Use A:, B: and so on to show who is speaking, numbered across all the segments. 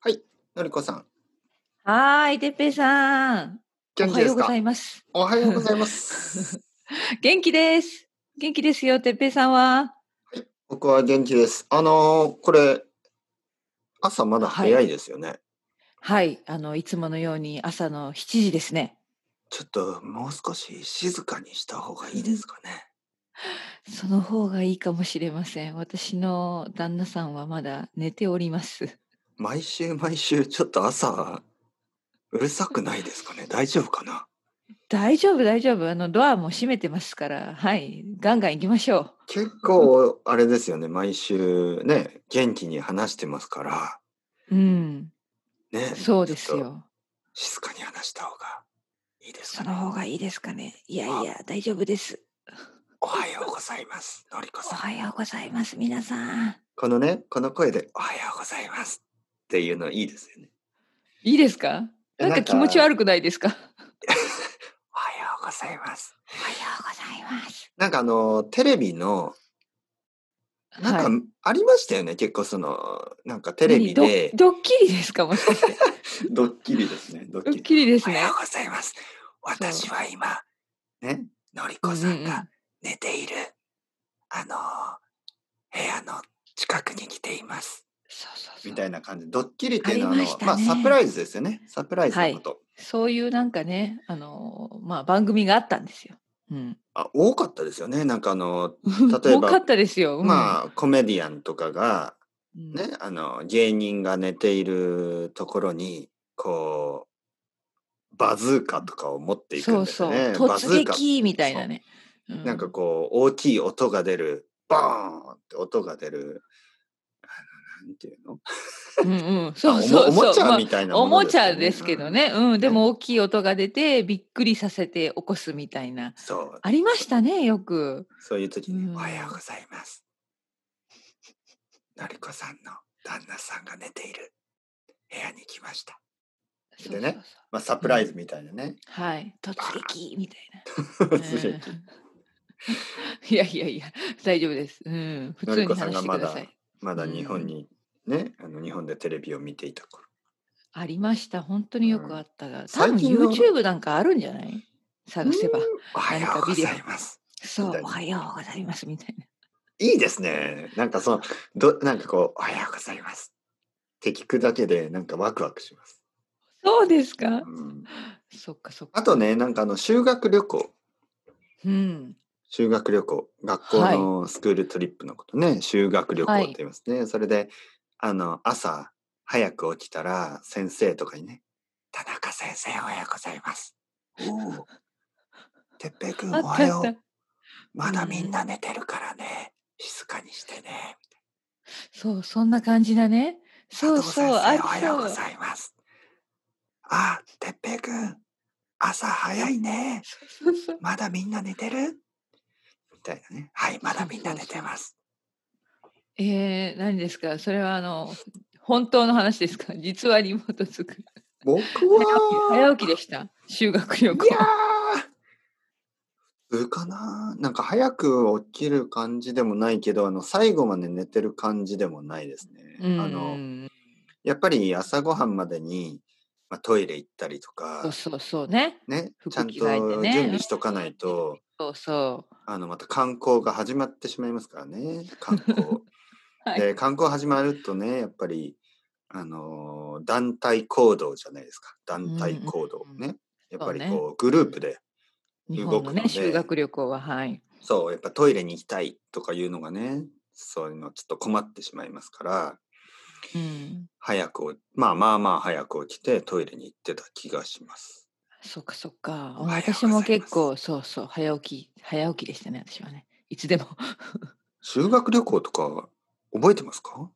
A: はい、のりこさん。
B: はーい、てっぺいさん。
A: 元気
B: おは
A: で
B: よう
A: す
B: ござ
A: か
B: います。
A: おはようございます。
B: 元気です。元気ですよ、てっぺいさんは。
A: 僕は元気です。あのーこれ、朝まだ早いですよね。
B: はい、あのいつものように朝の7時ですね。
A: ちょっと、もう少し静かにした方がいいですかね。
B: その方がいいかもしれません。私の旦那さんはまだ寝ております。
A: 毎週毎週、ちょっと朝、うるさくないですかね。大丈夫かな。
B: 大丈夫、大丈夫。あのドアも閉めてますから、はい、ガンガン行きましょう。
A: 結構、あれですよね。毎週ね、元気に話してますから、
B: うん、
A: ね。
B: そうです
A: ちょっと
B: よ。
A: 静かに話した方がいいです
B: そ
A: かね。
B: の方がいいですかね。いやいや、大丈夫です。
A: おはようございます。のりこ
B: お
A: さん。
B: はようございます、皆さん。
A: このね、この声で、おはようございますっていうのいいですよね。
B: いいですか
A: え
B: なんか気持ち
A: い。
B: 悪くないですか
A: おはようございます。
B: おはようございます。
A: なんかあの、テレビの、な
B: はい
A: んかありましたよね、結構その、なんかテレビで
B: 何、ドドッキリですかもしかして。
A: ドッキリですね、ド
B: ドッ。キリで
A: お
B: す
A: は
B: ね
A: よ。うございます。私は今、ね、のりこさんが寝ている、あのー、部屋の近くに来ています。
B: そうそうそう
A: みたいな感じ。ドッキリっていうのは、あ
B: あ
A: の
B: りましたね
A: まあ、サプライズですよね。サプライズのこと。
B: そういうなんかね、あのーまあ番組があったんですよ。うん。
A: あ、多かったですよね。なんかあの、例え
B: 多
A: ば
B: かったですよ。うん、
A: まあコメディアンとかが
B: うん
A: ね、あの芸人が寝ているところにこうバズーカとかを持っていく
B: そ
A: ん
B: う
A: です
B: そ
A: よ
B: う。
A: ね。バズ
B: 突
A: ーカ
B: 撃みたいなね。う
A: なんかこう大きい音が出るバーンって音が出るあのなんていうの
B: うん うん、そうそ
A: お
B: うそう。
A: もおもち
B: ま
A: ゃ
B: あ
A: みたいな
B: お
A: もの
B: もちゃですけど
A: うん
B: ね、うん、でも大きい音が出てびっくりさせて起こすみたいな
A: そう
B: ありましたねよく
A: そういう時に、
B: うん
A: おはようございます。のりこさんの旦那さんが寝ている部屋に来ました。でね
B: そうそう
A: まあサプライズみたいなね。
B: そうはい突撃みたいな
A: 突撃
B: うんいやいやいや、大丈夫です。うん、普
A: の
B: 通
A: り
B: に
A: こさんが
B: 話して
A: ま
B: くだ
A: だ
B: さい。
A: まだ
B: うん
A: 日本にね、あの日本でテレビを見ていた頃
B: ありました、本当によくあったが、多
A: 最
B: 分
A: 近の
B: YouTube なんかあるんじゃない探せば
A: うん。おはようございます
B: そ、
A: みたいうな
B: おはようございますみたいな。
A: いいですねなんかそのどなんかこうおはようございますって聞くだけでなんかワクワクします、
B: そうですか
A: う。ん、
B: そっかそっか。
A: あと。ねなんかあの修学旅行
B: うん。
A: 修学旅行学校のスクールトリップのことね、修学旅行って言いますね、それであの朝早く起きたら先生とかにね「田中先生おはようございます」おー「てっぺいくんお
B: あっ
A: は
B: たあ
A: よ
B: っ
A: う
B: た。」
A: まだみんな寝てるからね、静かにしてね。
B: そう、そんな感じだね。そう
A: 佐藤
B: そう、
A: 先生
B: あっ
A: おはようございます。あ、てっぺいくん、朝早いね。
B: そうそう。
A: まだみんな寝てるみたいなね。はい、まだみんな寝てます。
B: えー、何ですか。それはあの本当の話ですか。実はリモートつく。
A: 僕
B: 早起きでした。修学旅行
A: い。やー普通かななんか早く起きる感じでもないけど、あの、最後まで寝てる感じでもないですね。あ
B: う
A: の、
B: ん
A: やっぱり朝ごはんまでに、まあ、トイレ行ったりとか、
B: そうそうそうね。
A: ね、
B: 服
A: ちゃんと
B: 着替えて
A: 準
B: ね
A: 備しとかないと、
B: そうそ
A: あのまた観光が始まってしまいますからね観光、
B: う。 はい。
A: で観光始まるとねやっぱりあのー団体行動じゃないですか団体行動
B: うんうんうん
A: ね、やっぱり
B: そうね
A: こうグループで
B: 日本
A: 動
B: の
A: くの
B: ね
A: で
B: 修学旅行ははい。
A: そうやっぱトイレに行きたいとかいうのがねそういうのちょっと困ってしまいますから
B: うん。
A: 早くまあまあまあ早く起きてトイレに行ってた気がします
B: そっかそっか。
A: おはようございます
B: 私も結構そうそう早起き早起きでしたね私はね。いつでも。
A: 修学旅行とか覚えてますか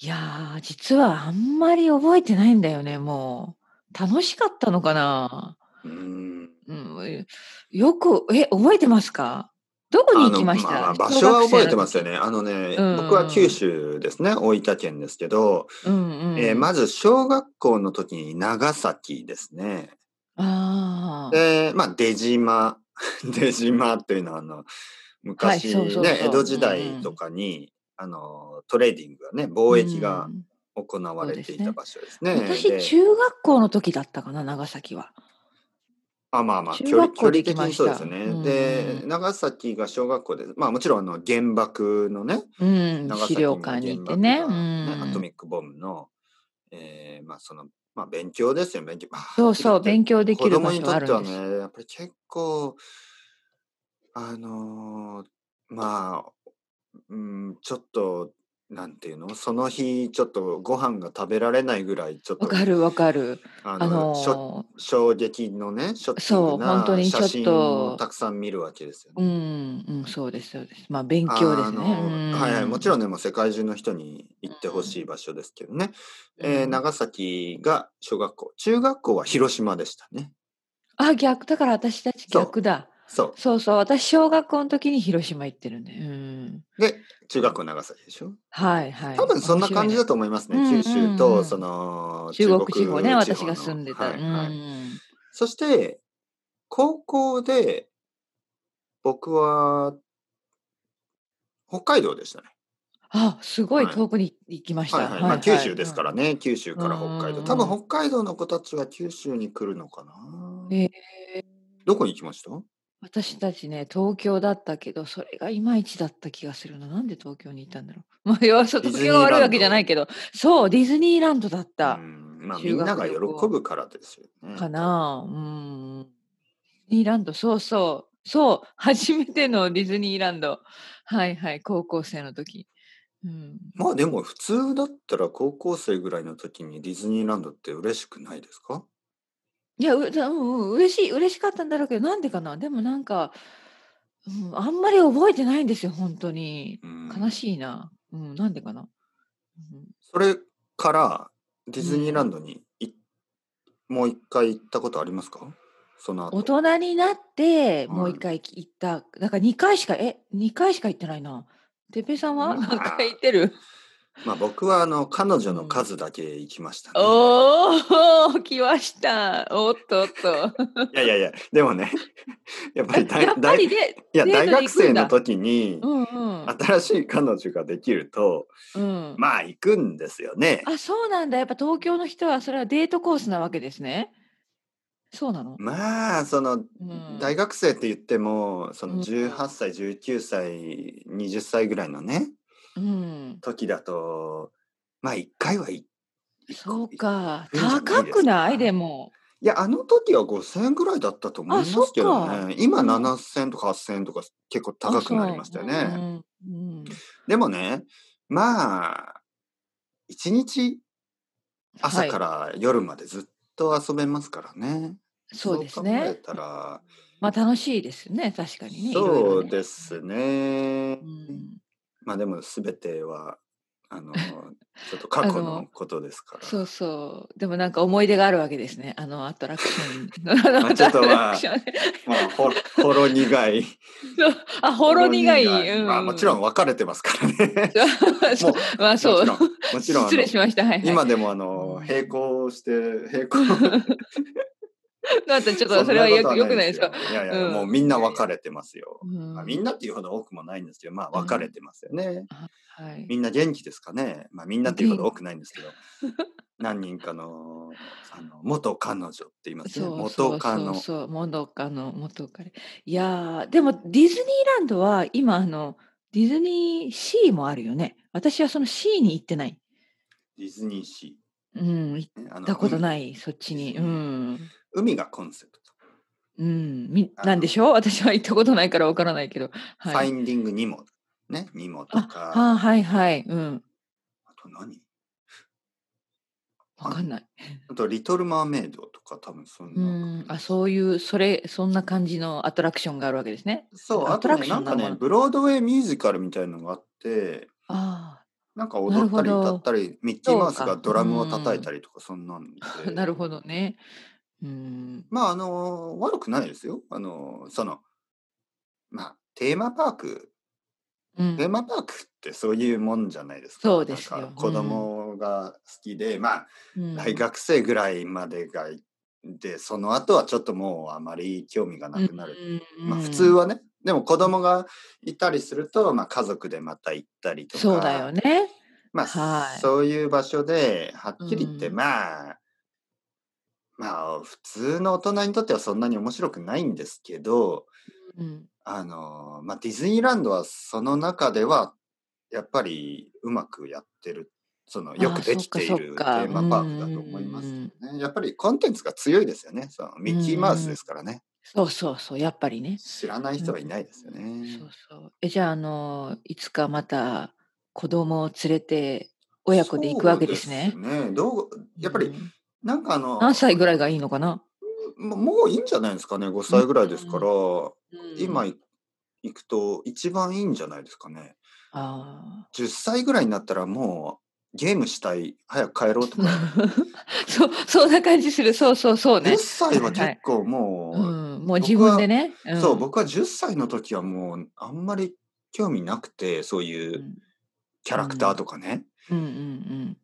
B: いやー実はあんまり覚えてないんだよねもう楽しかったのかな。
A: うーん
B: うん。よくえ覚えてますか。どこに行きました。
A: あのああ場
B: 小
A: 所は
B: 学生
A: 覚
B: の
A: えてますよね。あのね、
B: うん
A: 僕は九州ですね、大分県ですけど、
B: 時。うんうん。
A: えーまず小学校の時に長崎ですね。
B: ああ。
A: で、まあ、出島。 出島というのは、あの、昔、
B: はいそうそうそう
A: ね、江戸時代とかに、あの、トレーディングがね、貿易が行われていた場所ですね。
B: 私、
A: で
B: 中学校の時だったかな、長崎は。
A: あまあまあ、
B: 中
A: 距離
B: 学
A: 距
B: 校
A: 離
B: で
A: 的に
B: 行きました
A: そうですよね。
B: うん
A: で、長崎が小学校で、まあもちろんあの原爆のね、
B: うん、
A: 長崎
B: 資
A: の
B: 料
A: 原
B: 館に行っ
A: 爆
B: て
A: が
B: ね。
A: ね
B: う
A: アト
B: ん
A: ミックボムの、えーまあその、まあ勉強ですよ、勉強。まあ、
B: そうそう、勉強できる場
A: 子供に
B: 所
A: と
B: があ
A: っ
B: る
A: ては
B: んです。
A: ね、やっぱり結構、あのーまあ、うん、ちょっと、なんていうのその日、ちょっとご飯が食べられないぐらい、ちょっ
B: わ
A: と、
B: かるわかる。
A: あ
B: あ
A: の、しょ
B: の
A: 衝撃のね、ショッキン
B: そう
A: グ
B: 本当
A: な
B: にちょっ
A: 写
B: と
A: 真をたくさん見るわけですよ
B: ー、う
A: ね。
B: ん、うん、そうです、そうです。まあ、勉強ですね。
A: あのはいはい、もちろん
B: ね。
A: ね、もう世界中の人に行ってほしい場所ですけどね、えー
B: うん
A: 長崎が小学校、中学校は広島でしたね。
B: あ、逆、だから私たち
A: そう
B: 逆だ。
A: そ
B: そうそう、私、小学校の時に広島行ってるんで。うん。
A: う。で、中学校長崎でしょ。
B: はいはい。
A: 多分そんな感じだ
B: と、
A: と思いますね。
B: 面白い
A: 九
B: ねうんうん
A: 州
B: うん
A: と、その、
B: 中国地方ね、
A: 中
B: 私
A: 国
B: が
A: 地
B: 住
A: 方の
B: んでた。
A: は
B: う
A: いはい。
B: ん。
A: そして、高校で、僕は、北海道でしたね。
B: あ、すごい
A: はい
B: 遠くに行きまし
A: はい
B: た。
A: は。
B: はいい
A: ま
B: は
A: あ
B: い。
A: 九州ですからね。九州から北海道。
B: うん
A: 多分北海道の子たちは九州に来るのかな。
B: えー
A: どこに行きました
B: 私たちね、東京だったけど、それがいまいちだった気がするな。なんで東京にいたんだろう。 まあ、要は、そう
A: ディズ
B: 東
A: ニーラ
B: 京
A: ン
B: が
A: ド
B: 悪いわけじゃないけど、そう、ディズニーランドだ
A: う
B: った。
A: んまあみ
B: 修
A: んな
B: 学
A: が喜
B: 旅行
A: ぶからですよね。
B: かな。うん。ディズニーランド、そうそう。そう、初めてのディズニーランド。はいはい、高校生の時。うん。
A: まあでも普通だったら高校生ぐらいの時にディズニーランドって嬉しくないですか
B: いや、う、うん、嬉しい、嬉しかったんだろうけど、なんでかな。でもなんか、うん、あんまり覚えてないんですよ、本当に。
A: うん
B: 悲しいな。うん、なんでかな。うん
A: それからディズニーランドにい、もう一回行ったことありますかその後
B: 大人になって
A: い
B: もう一回行った、だから2回しかえ2回しか行ってないなてっぺいさんは
A: うん
B: 何回行っ てる
A: まあ僕はあの彼女の数だけ行きましたね、
B: おお来ましたおっとおっ
A: い
B: と
A: やいやいやでもね やっぱり大
B: やっぱ
A: 大
B: り
A: い
B: で
A: や
B: デート
A: 大
B: に行く
A: 学
B: んだ
A: 生の時に
B: うんうん
A: 新しい彼女ができると、
B: うん
A: まあ行くんですよね。
B: あそうなんだやっぱ東京の人はそれはデートコースなわけですねそうなの、
A: まあその
B: うん、
A: 大学生って言ってもその
B: うん
A: 18歳19歳20歳ぐらいのね
B: うん
A: 時だとまあ1回はい
B: そうか
A: いいんじゃないですか
B: 高くないでも
A: いやあの時は5,000円ぐらいだったと思います
B: あそっか
A: けどね今
B: うん
A: 7,000円とか8,000円とか結構高くなりましたよね、
B: あそううんうん
A: でもねまあ1日朝か
B: は
A: ら夜までずっと遊べますからね、
B: い、そうです
A: 考え
B: ね
A: たら
B: まあ楽しいですね確かにねい
A: そ
B: ろいろね
A: うですね、
B: うん
A: まあでも全てはあ のちょっと過去のことですから。
B: そうそう。でもなんか思い出があるわけですね。あのアトラクション。あ
A: あちょっと まあ
B: アトラクションね
A: まあほほろ苦い。
B: そうあ、 ほろ苦い。うん
A: まあもちろん。別れてますからね。
B: そう
A: も
B: まあそ
A: もち
B: う。
A: ろんもちろんあの
B: 失礼しました。はい、はい。
A: 今でもあの
B: うん
A: 並行して並行。
B: だってちょっとそれはよくよくないですか。
A: そんことはないですよいやいや、
B: うん
A: もうみんな別れてますよ。まあ、みん
B: な。
A: なっていうほど多くもないんですけど、まあ別れてますよね。
B: はい。
A: みんな元気ですかね。まあみんなっていうほど多くないんですけど、何人かのあの元彼女って言いますね。
B: そうそ
A: 元
B: う
A: カ
B: そう
A: ノ。
B: そう元カノ元カレいやーでもディズニーランドは今あのディズニーシーもあるよね私はそのシーに行ってない
A: ディズニーシ
B: うん行っ
A: ーね。あの
B: たことないそっちに
A: デ
B: う
A: ィズニ
B: ん
A: 海がコンセプト。
B: うん、み
A: あの
B: なんでしょう 私は行ったことないからわからないけど。
A: フ
B: は
A: ァイ
B: い、
A: ンディングニモ。ね、ニモと
B: あ
A: か。
B: あはいはい。うん。
A: あと何
B: わかんない。
A: あと、リトル・マーメイドとか多分そん
B: う
A: な。
B: ん。あそういうそれそんな感じのアトラクションがあるわけですね。
A: そう、
B: ア
A: あと
B: トラク
A: ね、
B: シ
A: な
B: ョン
A: ん
B: な
A: か
B: のかな
A: ね、ブロードウェイミュージカルみたいのがあって、
B: あ
A: なんか踊ったり歌ったり、ミッキーマウスがドラムを叩いたりとか、そんなん
B: あ
A: で。
B: なるほどね。うん。
A: まあ、あの、悪くないですよ。あの、その、まあ、テーマパーク、
B: う
A: テー
B: ん、
A: マパークってそういうもんじゃないですか。
B: そうですよ
A: なんか子供が好きで、まあ、
B: うん
A: 大学生ぐらいまでがいでその後はちょっともうあまり興味がなくなる、
B: うん
A: まあ、普通はねでも子供がいたりすると、まあ、家族でまた行ったりとか
B: そうだよね。
A: まあ、
B: はい
A: そういう場所で、はっきり言って、
B: うん
A: まあ、まあ、普通の大人にとってはそんなに面白くないんですけど、
B: うん、
A: あの、まあ、ディズニーランドはその中では、やっぱりうまくやってる、その、よくできてい
B: あーそ
A: るテ
B: っかそっか
A: ーマパークだと思います
B: うん
A: ね。やっぱりコンテンツが強いですよね。そのミッキーマウスですからね。
B: そうそうそうやっぱりね
A: 知らない人はいないですよね
B: そう。そうえじゃああのいつかまた子供を連れて親子で行くわけですね
A: そうですねどうやっぱ
B: う
A: り、
B: ん
A: なんかあの、
B: 何歳ぐらいがいいのかな、
A: ももういいんじゃないですかね、5歳ぐらいですから、今
B: あ
A: い行くと一番いいんじゃないですかね。
B: あ
A: 10歳ぐらいになったらもうゲームしたい、早く帰ろうとか。
B: ーそうそんな感じするそうそう そうね
A: 10、歳は結構もう、
B: うん、もう自分でね、ん
A: そう、僕は10歳の時はもうあんまり興味なくて、そういううんキャラクターとかね。
B: うんうん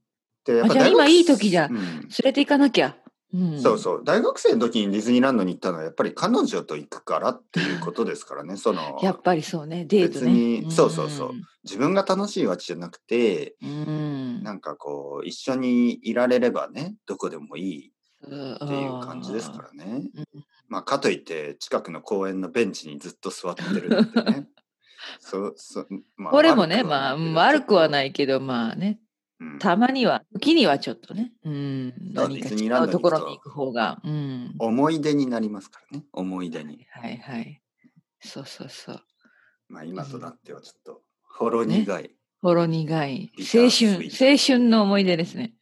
A: でやっぱ
B: あじゃあ
A: 大学
B: 今いい時じゃん
A: うん
B: 連れて行かなきゃ、うん、
A: そうそう大学生の時にディズニーランドに行ったのはやっぱり彼女と行くからっていうことですからねその
B: やっぱりそうねデートね
A: 別にそうそうそう自分が楽しいわけじゃなくて
B: うん
A: なんかこう一緒にいられればねどこでもいい
B: っ
A: っていう感じですからね
B: うん。
A: まあかといって近くの公園のベンチにずっと座ってるなんて ね。そそま
B: これもね、まあ、悪くはいないけど、まあね、
A: けど。うん
B: たまには、時にはちょっとね、うん、
A: そう
B: 何か
A: ディズニ
B: 違
A: ーラン
B: う
A: ドに
B: と
A: 行く
B: ことろに行く方が、うん。
A: 思い出になりますからね思い出に。
B: はいはい。そうそうそう。
A: まあ今となってはちょっとほろ苦い。
B: ほろ苦い。
A: ビタ
B: 青
A: ースイー
B: 春、青春の思い出ですね。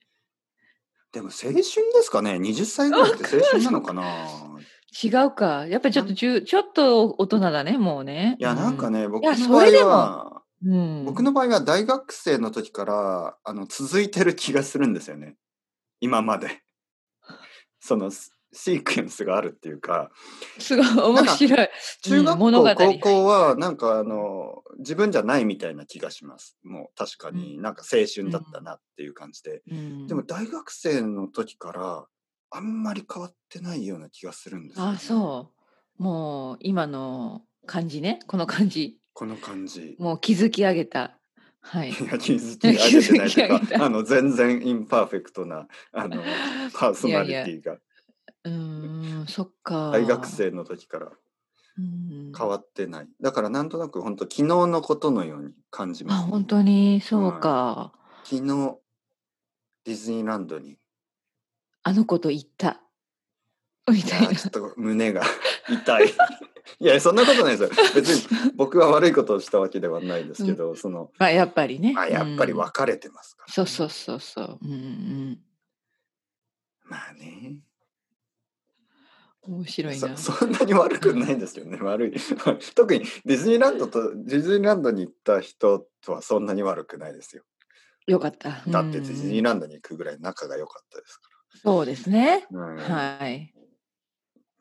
A: でも青春ですかね ?20 歳ぐらいって青春なのかな
B: 違 うか。やっぱりちょっとじゅう、ちょっと大人だね、もうね。
A: いやなんかね、僕
B: いや
A: の場
B: それで
A: 合
B: も
A: は、
B: うん、うん
A: 僕の場合は大学生の時からあの続いてる気がするんですよね今まで そのシシークエンスがあるっていうか
B: すごい面白い。
A: 中学校、
B: 物語
A: 高校はなんかあの自分じゃないみたいな気がしますもう確かに
B: うん
A: なんか青春だったなっていう感じで、
B: うん
A: でも大学生の時からあんまり変わってないような気がするんですよね、
B: あ、そう。もう、今の感じね、この感じ。
A: この感じ
B: もう築き上げた。 はい。
A: いや気づき上げてないと
B: 気づき上げ
A: いう
B: た
A: かあの全然インパーフェクトなあ のパーソナリティが
B: うーん、そっか。
A: 大学生の時から
B: うん
A: 変わってないだからなんとなく本当昨日のことのように感じ
B: あ、
A: ます、
B: 本当に、そうか。
A: 昨日ディズニーランドに
B: あの子と言った。み
A: い
B: た
A: や
B: いな
A: ー。ちょっと胸が痛い いやそんなことないですよ別に僕は悪いことをしたわけではないですけど、その
B: まあ、やっぱりね。
A: あやっぱり
B: わ。
A: 別れてますから、
B: そうそうそうそう。うんうん
A: まあね
B: うん。面白いな。
A: そ そんなに悪くないですよね悪い 特にディズニーランドとディズニーランドに行った人とはそんなに悪くないですよ
B: よかった。
A: だってディズニー
B: うん
A: ランドに行くぐらい仲が良かったです
B: そうですね。
A: から、うん
B: はい。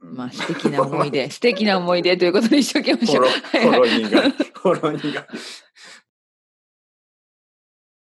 A: うん
B: まあ、 素敵な思い出、素敵な思い出ということで一生懸命し
A: ほ
B: よう
A: ろ
B: はい
A: ほ
B: はい
A: ろ苦いほろ苦い